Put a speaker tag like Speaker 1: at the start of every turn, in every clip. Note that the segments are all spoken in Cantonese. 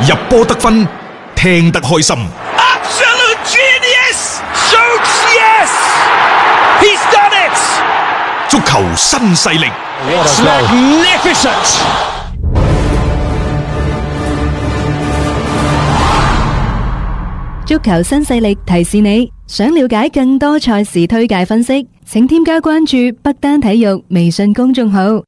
Speaker 1: 入波得分，聽得開心。
Speaker 2: Absolute genius! Shoots yes! He's done it!
Speaker 1: 足球新勢力，
Speaker 2: It's magnificent!
Speaker 3: 足球新勢力提示你，想了解更多賽事推介分析，請添加關注北單體育微信公眾號。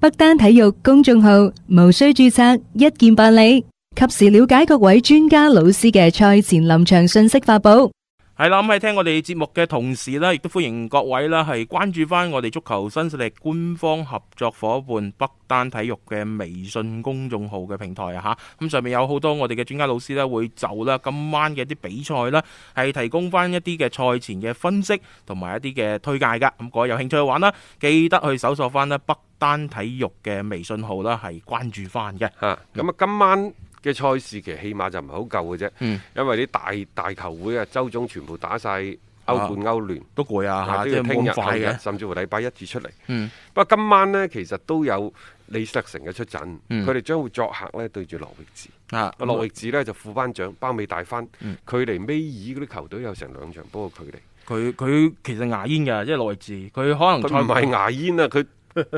Speaker 3: 北單體育公眾號無需註冊，一鍵辦理，及時了解各位專家老師嘅賽前臨場信息發布。
Speaker 4: 係啦，咁喺聽我哋節目嘅同時呢，亦都歡迎各位啦，係關注翻我哋足球新勢力官方合作伙伴北單體育嘅微信公眾號嘅平台啊吓，咁上面有好多我哋嘅專家老師呢，會就啦今晚嘅一啲比賽啦，係提供翻一啲嘅賽前嘅分析同埋一啲嘅推介噶，咁各位有興趣去玩啦，記得去搜索翻呢北單體育嘅微信號啦，係關注翻嘅。
Speaker 5: 嚇，咁啊今晚嘅賽事其實戲碼就唔係好夠嘅啫，
Speaker 4: 嗯
Speaker 5: 因為啲大大球會啊，周中全部打晒歐冠、歐聯，
Speaker 4: 都攰啊吓，
Speaker 5: 都
Speaker 4: 即
Speaker 5: 要
Speaker 4: 係
Speaker 5: 聽
Speaker 4: 冇
Speaker 5: 日、
Speaker 4: 咁快
Speaker 5: 後日
Speaker 4: 嘅。
Speaker 5: 甚至乎禮拜一至出嚟。
Speaker 4: 嗯
Speaker 5: 不過今晚呢，其實都有李斯特城嘅出陣，
Speaker 4: 嗯
Speaker 5: 佢哋將會作客呢對住諾域治。
Speaker 4: 啊，嗯
Speaker 5: 啊諾域治呢就副班長包尾大番，距離尾二嗰啲球隊有成兩場波嘅距離。
Speaker 4: 佢佢其實牙煙嘅，即係內治，佢可能
Speaker 5: 佢唔係牙煙啊，佢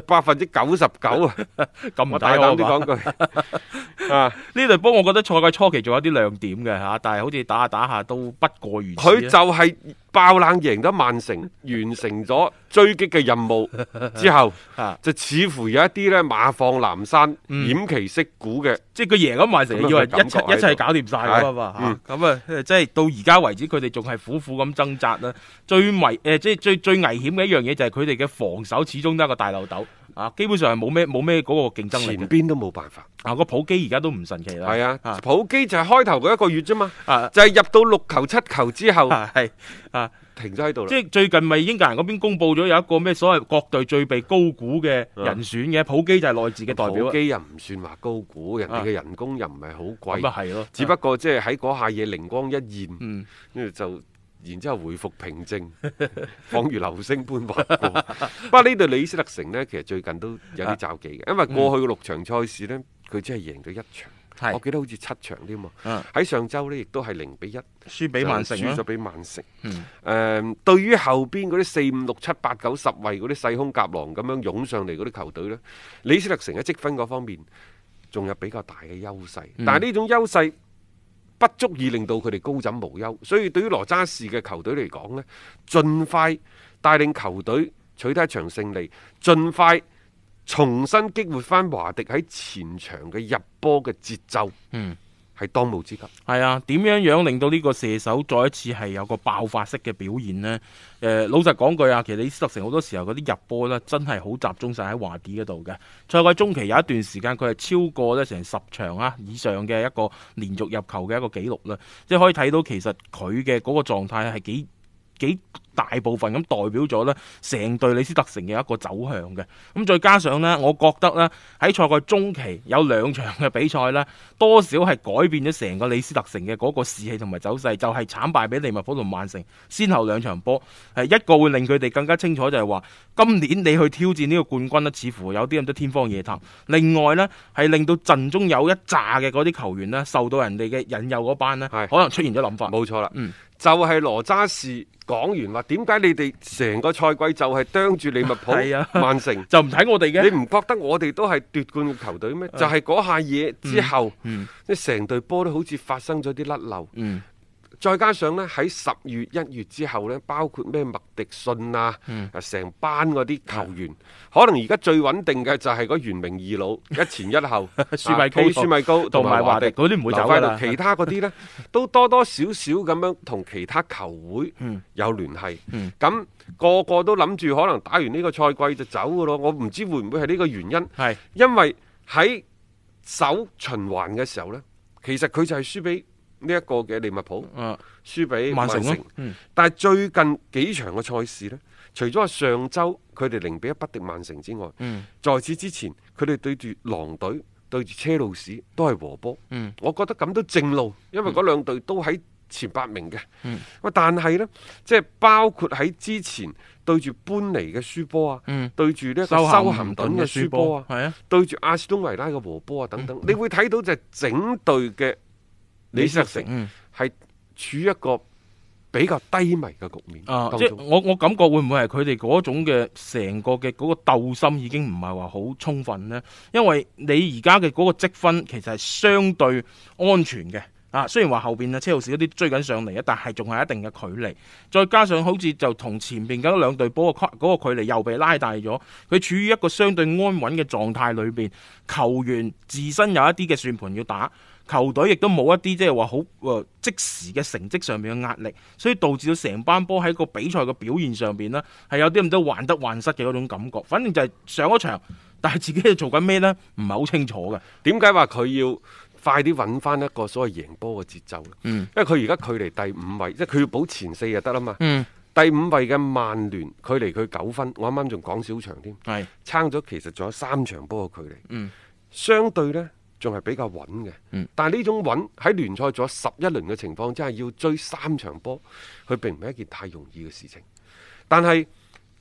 Speaker 5: 百分之九十九啊！
Speaker 4: 咁唔
Speaker 5: 我
Speaker 4: 抵
Speaker 5: 大膽
Speaker 4: 我
Speaker 5: 啲
Speaker 4: 講，
Speaker 5: 講句 啊。
Speaker 4: 呢隊波我覺得賽季初期仲有啲亮點嘅嚇，但係好似打下打下都不過如此。啊
Speaker 5: 佢就係爆冷贏得曼 城，完成咗追擊嘅任務之後
Speaker 4: 啊，嗯
Speaker 5: 就似乎有一啲咧馬放南山、掩其色鼓嘅。
Speaker 4: 即係佢贏咁埋成，以為一切一切搞掂晒㗎
Speaker 5: 嗯
Speaker 4: 嘛嚇。咁啊，即係到而家為止，佢哋仲係苦苦咁掙扎啦。最危誒，即係最最危險嘅一樣嘢就係佢哋嘅防守始終都係一個大漏斗啊，基本上係冇咩冇咩嗰個競爭力
Speaker 5: 前
Speaker 4: 嘅。
Speaker 5: 邊都冇辦法，
Speaker 4: 啊，個普基而家都唔神奇啦。
Speaker 5: 係啊！普基就係開頭嗰一個月啫嘛，
Speaker 4: 啊
Speaker 5: 就係入到六球七球之後
Speaker 4: 啊係啊。
Speaker 5: 停咗喺度啦
Speaker 4: 即。係最近咪英格蘭嗰邊公佈咗有一個咩所謂各隊最被高估嘅人選嘅，普基就係內治嘅代表
Speaker 5: 啊普
Speaker 4: 啊，
Speaker 5: 基又唔算話高估，人哋嘅人工又唔係好
Speaker 4: 咁啊
Speaker 5: 貴，
Speaker 4: 係咯，
Speaker 5: 只不過即係喺嗰下嘢靈光一現，
Speaker 4: 嗯
Speaker 5: 跟住就然之後回復平靜， 彷如流星般劃過。 不過呢隊李斯特城呢，其實最近都
Speaker 4: 啊
Speaker 5: 有啲罩忌嘅，因為過去嘅六場賽事呢，佢只係贏咗一場，
Speaker 4: 嗯係
Speaker 5: 我記得好似七場添嘛。
Speaker 4: 嗯
Speaker 5: 喺上週呢，亦都係零比一
Speaker 4: 輸俾曼城啊
Speaker 5: 就輸咗
Speaker 4: 啦，
Speaker 5: 俾曼城。
Speaker 4: 嗯
Speaker 5: 誒，對於後邊嗰啲四五六七八九十位嗰啲細空夾狼咁樣湧上嚟嗰啲球隊呢，李斯特城喺積分嗰方面仲有比較大嘅優勢，
Speaker 4: 嗯
Speaker 5: 但係呢種優勢不足以令到佢哋高枕無憂，所以對於羅渣士嘅球隊嚟講呢，盡快帶領球隊取得一場勝利，盡快重新激活翻華迪喺前場嘅入波嘅節奏，
Speaker 4: 嗯，
Speaker 5: 係當務之急。
Speaker 4: 係啊，點樣樣令到呢個射手再一次係有個爆發式嘅表現呢？誒、老實講句啊，其實李斯特城好多時候嗰啲入波呢，真係好集中晒喺華迪嗰度嘅。賽季中期有一段時間，佢係超過咧成十場啊以上嘅一個連續入球嘅一個紀錄啦，即係可以睇到其實佢嘅嗰個狀態係幾。幾大部分咁代表咗呢成隊李斯特城嘅一個走向嘅。咁再加上呢，我覺得呢喺賽季中期有兩場嘅比賽呢，多少係改變咗成個李斯特城嘅嗰個士氣同埋走勢，就係、慘敗俾利物浦同曼城，先後兩場波，係一個會令佢哋更加清楚就係話，今年你去挑戰呢個冠軍呢，似乎有啲咁多天方夜譚。另外呢，係令到陣中有一紮嘅嗰啲球員呢，受到人哋嘅引誘嗰班呢，
Speaker 5: 係
Speaker 4: 可能出現咗諗法。
Speaker 5: 冇錯啦，
Speaker 4: 嗯、
Speaker 5: 就係羅渣士講完話，點解你哋成個賽季就係啄住利物浦
Speaker 4: 係啊？
Speaker 5: 曼城
Speaker 4: 就唔睇我哋嘅
Speaker 5: 你。唔覺得我哋都係奪冠嘅球隊咩？就係嗰下嘢
Speaker 4: 嗯
Speaker 5: 之後，即係成隊波都好似發生咗啲甩漏。
Speaker 4: 嗯
Speaker 5: 再加上呢，喺十月、一月之後呢，包括咩麥迪遜啊，
Speaker 4: 嗯
Speaker 5: 啊成、班嗰啲球員，可能而家最穩定嘅就係嗰袁明 二老，一前一後，
Speaker 4: 舒米高
Speaker 5: 啊基舒米高
Speaker 4: 同埋華迪嗰啲唔會走㗎啦
Speaker 5: 留返喺度其他 嗰啲呢，都多多少少咁樣同其他球會有聯繫。咁、
Speaker 4: 嗯
Speaker 5: 個個都諗住可能打完呢個賽季就走㗎咯，我唔知會唔會係呢個原因。
Speaker 4: 係
Speaker 5: 因為喺首循環嘅時候呢，其實佢就係輸俾呢一個嘅利物浦，
Speaker 4: 啊
Speaker 5: 輸俾
Speaker 4: 曼
Speaker 5: 曼
Speaker 4: 城
Speaker 5: 城。
Speaker 4: 咯嗯
Speaker 5: 但係最近幾場嘅賽事呢，除咗係上週佢哋零比一不敵曼城之外，
Speaker 4: 嗯
Speaker 5: 在此之前佢哋對住狼隊、對住車路士都係和波。
Speaker 4: 嗯
Speaker 5: 我覺得咁都正路，因為嗰兩
Speaker 4: 嗯
Speaker 5: 啊隊都喺前八名嘅。喂、但係呢，即係包括喺之前對住搬尼嘅輸波啊，
Speaker 4: 嗯
Speaker 5: 對住呢一個
Speaker 4: 修
Speaker 5: 修
Speaker 4: 咸頓
Speaker 5: 咸頓
Speaker 4: 嘅
Speaker 5: 嘅
Speaker 4: 輸
Speaker 5: 輸
Speaker 4: 波嗯
Speaker 5: 波
Speaker 4: 啊
Speaker 5: 啊，
Speaker 4: 係啊，
Speaker 5: 對住阿斯東維拉嘅和波啊等等，你會睇到就係整隊嘅李斯特城
Speaker 4: 嗯
Speaker 5: 係處於一個比較低迷嘅局面
Speaker 4: 啊，
Speaker 5: 當
Speaker 4: 即係
Speaker 5: 中。
Speaker 4: 我我感覺會唔會係佢哋嗰種嘅成個嘅嗰個鬥心已經唔係話好充分呢？因為你而家嘅嗰個積分其實係相對安全嘅。啊，雖然話後邊啊車路士嗰啲追緊上嚟啊，但係仲係一定嘅距離，再加上好似就同前邊嗰兩隊波嘅跨嗰個距離又被拉大咗，佢處於一個相對安穩嘅狀態裏邊，球員自身有一啲嘅算盤要打，球隊亦都冇一啲即係話好誒即時嘅成績上面嘅壓力，所以導致到成班波喺個比賽嘅表現上邊呢，係有啲咁多患得患失嘅嗰種感覺。反正就係上咗場，但係自己喺度做緊咩呢？唔係好清楚嘅。
Speaker 5: 點解話佢要快啲揾翻一個所謂贏波嘅節奏咧？
Speaker 4: 嗯
Speaker 5: 因為佢而家距離第五位，即係佢要保前四就得啦嘛。
Speaker 4: 嗯，
Speaker 5: 第五位嘅曼聯，距離佢九分，我啱啱仲講少場添，
Speaker 4: 係
Speaker 5: 撐咗其實仲有三場波嘅距離。
Speaker 4: 嗯，
Speaker 5: 相對呢，仲係比較穩嘅。
Speaker 4: 嗯
Speaker 5: 但係呢種穩喺聯賽仲有十一輪嘅情況之下，要追三場波，佢並唔係一件太容易嘅事情。但係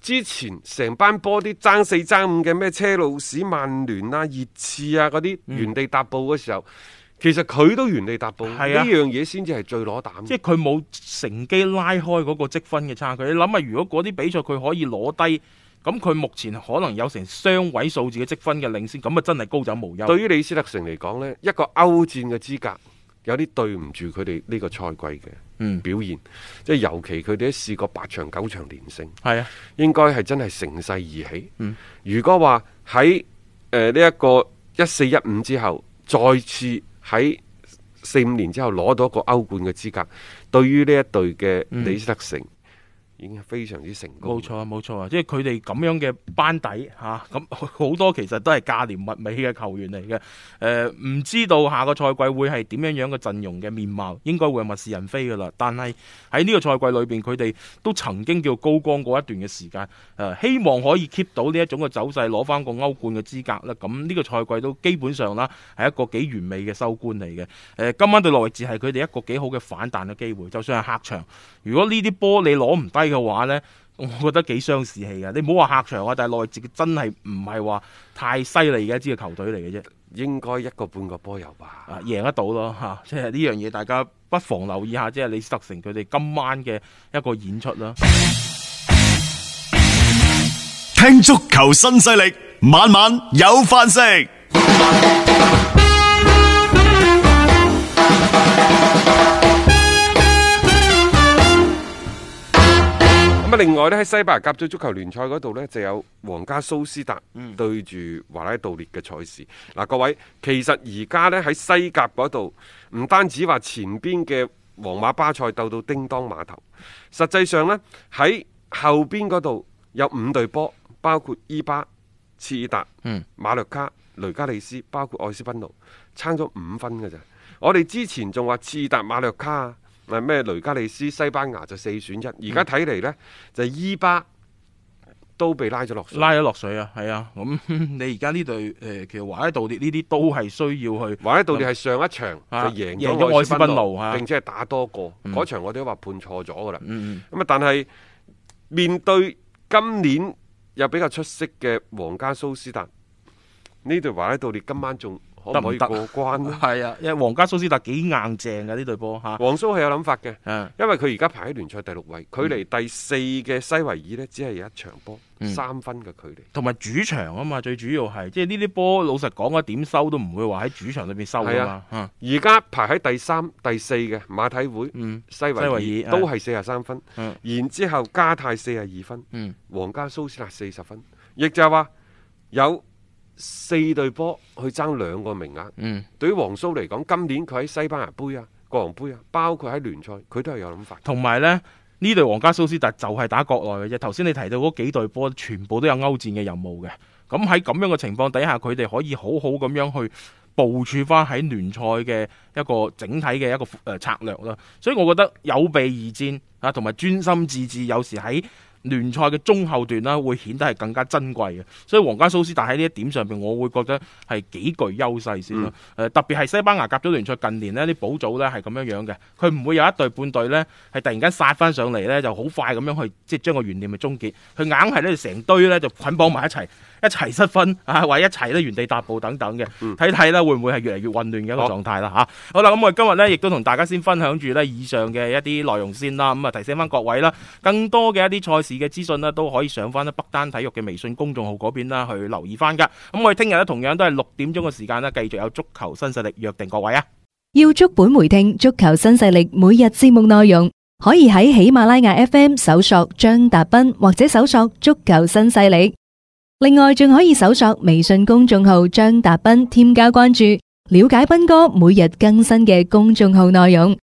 Speaker 5: 之前成班波啲爭四爭五嘅咩車路士、曼聯啊、熱刺啊嗰啲
Speaker 4: 嗯
Speaker 5: 原地踏步嘅時候，其實佢都原地踏步，呢
Speaker 4: 係啊
Speaker 5: 樣嘢先至係最攞膽嘅。
Speaker 4: 即係佢冇乘機拉開嗰個積分嘅差距。你諗下，如果嗰啲比賽佢可以攞低，咁佢目前可能有成雙位數字嘅積分嘅領先，咁啊真係高走無憂。
Speaker 5: 對於李斯特城嚟講呢一個歐戰嘅資格有啲對唔住佢哋呢個賽季
Speaker 4: 嗯
Speaker 5: 嘅表現，即係尤其佢哋都試過八場九場連勝，
Speaker 4: 係啊，
Speaker 5: 應該係真係乘勢而起。
Speaker 4: 嗯
Speaker 5: 如果話喺誒呢一個一四一五之後，再次喺四五年之後攞到一個歐冠嘅資格，對於呢一隊嘅李斯特城已經係非常之成功。
Speaker 4: 冇錯啊，冇錯啊，即係佢哋咁樣嘅班底嚇，咁、 好多其實都係價廉物美嘅球員嚟嘅。誒、唔知道下個賽季會係點樣樣嘅陣容嘅面貌，應該會係物是人非噶啦。但係喺呢個賽季裏邊，佢哋都曾經叫高光過一段嘅時間。誒、希望可以 keep 到呢一種嘅走勢，攞翻個歐冠嘅資格啦。咁呢個賽季都基本上啦，係一個幾完美嘅收官嚟嘅。誒、今晚對諾維治係佢哋一個幾好嘅反彈嘅機會，就算係客場，如果呢啲波你攞唔低嘅話呢。 我覺得幾傷士氣嘅，你唔好話客場啊，但係內自己真係唔係話太犀利嘅一支嘅球隊嚟嘅啫，
Speaker 5: 應該一個半個波有吧。
Speaker 4: 啊贏得到咯嚇、即係呢樣嘢大家不妨留意下，即係李斯特城佢哋今晚嘅一個演出啦。
Speaker 1: 聽足球新勢力，晚晚有飯食。
Speaker 5: 咁啊，另外呢，喺西班牙甲組足球聯賽嗰度呢，就有皇家蘇斯達對住華拉道列嘅賽事。嗱、各位，其實而家呢，喺西甲嗰度，唔單止話前邊嘅皇馬巴塞鬥到叮當碼頭，實際上呢，喺後邊嗰度有五隊波，包括伊巴、切爾達、
Speaker 4: 嗯
Speaker 5: 馬略卡、雷加利斯，包括愛斯賓奴，差咗五分嘅咋。我哋之前仲話刺達馬略卡啊，咪咩雷加利斯西班牙就四選一，而
Speaker 4: 嗯
Speaker 5: 家睇嚟呢，就伊巴都被拉咗落水。
Speaker 4: 拉咗落水啊，係啊，咁、 你而家呢隊誒其實華拉道列呢啲都係需要去
Speaker 5: 華拉道列係上一場
Speaker 4: 啊
Speaker 5: 就贏
Speaker 4: 贏咗
Speaker 5: 咗愛斯賓
Speaker 4: 愛斯賓奴啊
Speaker 5: 奴，並且係打多個
Speaker 4: 嗯
Speaker 5: 嗰場，我哋都話判錯咗噶啦。
Speaker 4: 嗯
Speaker 5: 咁啊，但係面對今年又比較出色嘅皇家蘇斯達，呢隊華拉道列今晚仲可唔可以
Speaker 4: 得
Speaker 5: 過
Speaker 4: 唔得
Speaker 5: 關
Speaker 4: 嗯
Speaker 5: 呢？
Speaker 4: 係啊，因為皇家蘇斯達幾硬正嘅呢隊波嚇，啊
Speaker 5: 黃蘇係有諗法嘅。
Speaker 4: 誒
Speaker 5: 因為佢而家排喺聯賽第六位，距離第四嘅西維爾呢，只係有一場波，
Speaker 4: 嗯
Speaker 5: 三分嘅距離。
Speaker 4: 同埋主場啊嘛，最主要係即係呢啲波老實講啊，點收都唔會話喺主場裏邊收
Speaker 5: 係
Speaker 4: 㗎嘛
Speaker 5: 啊，
Speaker 4: 嗯
Speaker 5: 而家排喺第三、第四嘅馬體會、
Speaker 4: 嗯
Speaker 5: 西
Speaker 4: 西
Speaker 5: 維
Speaker 4: 維爾
Speaker 5: 爾都係四十三分，
Speaker 4: 嗯
Speaker 5: 然之後加泰四十二分，
Speaker 4: 嗯。
Speaker 5: 皇家蘇斯達四十分，亦就係話有四隊波去爭兩個名額。
Speaker 4: 嗯
Speaker 5: 對於皇蘇嚟講，今年佢喺西班牙杯啊、國王杯啊，包括喺聯賽，佢都係有諗法。
Speaker 4: 同埋呢，呢隊皇家蘇斯達就係打國內嘅啫。頭先你提到嗰幾隊波，全部都有歐戰嘅任務嘅。咁喺咁樣嘅情況底下，佢哋可以好好咁樣去部署翻喺聯賽嘅一個整體嘅一個呃誒策略啦。所以我覺得有備而戰啊，同埋專心致志，有時喺聯賽嘅中後段啦，會顯得係更加珍貴嘅。所以皇家蘇斯達喺呢一點上邊，我會覺得係幾具優勢先咯。誒、特別係西班牙甲組聯賽近年呢啲保組呢係咁樣樣嘅，佢唔會有一隊半隊呢係突然間殺翻上嚟呢，就好快咁樣去即係將個懸念去終結。佢硬係呢成堆呢就捆綁埋一齊，一齊失分啊，或者一齊呢原地踏步等等嘅。睇睇啦，會唔會係越嚟越混亂嘅一個
Speaker 5: 好
Speaker 4: 狀態啦吓，好啦，咁我哋今日呢亦都同大家先分享住呢以上嘅一啲內容先啦。咁啊，提醒翻各位啦，更多嘅一啲賽事嘅資訊呢，都可以上翻呢北單體育嘅微信公眾號嗰邊啦，去留意翻噶。咁我哋聽日呢，同樣都係六點鐘嘅時間呢，繼續有足球新勢力約定各位啊。
Speaker 3: 要足本回聽足球新勢力每日節目內容，可以喺喜馬拉雅 FM 搜索張達斌或者搜索足球新勢力。另外，仲可以搜索微信公眾號張達斌，添加關注，了解斌哥每日更新嘅公眾號內容。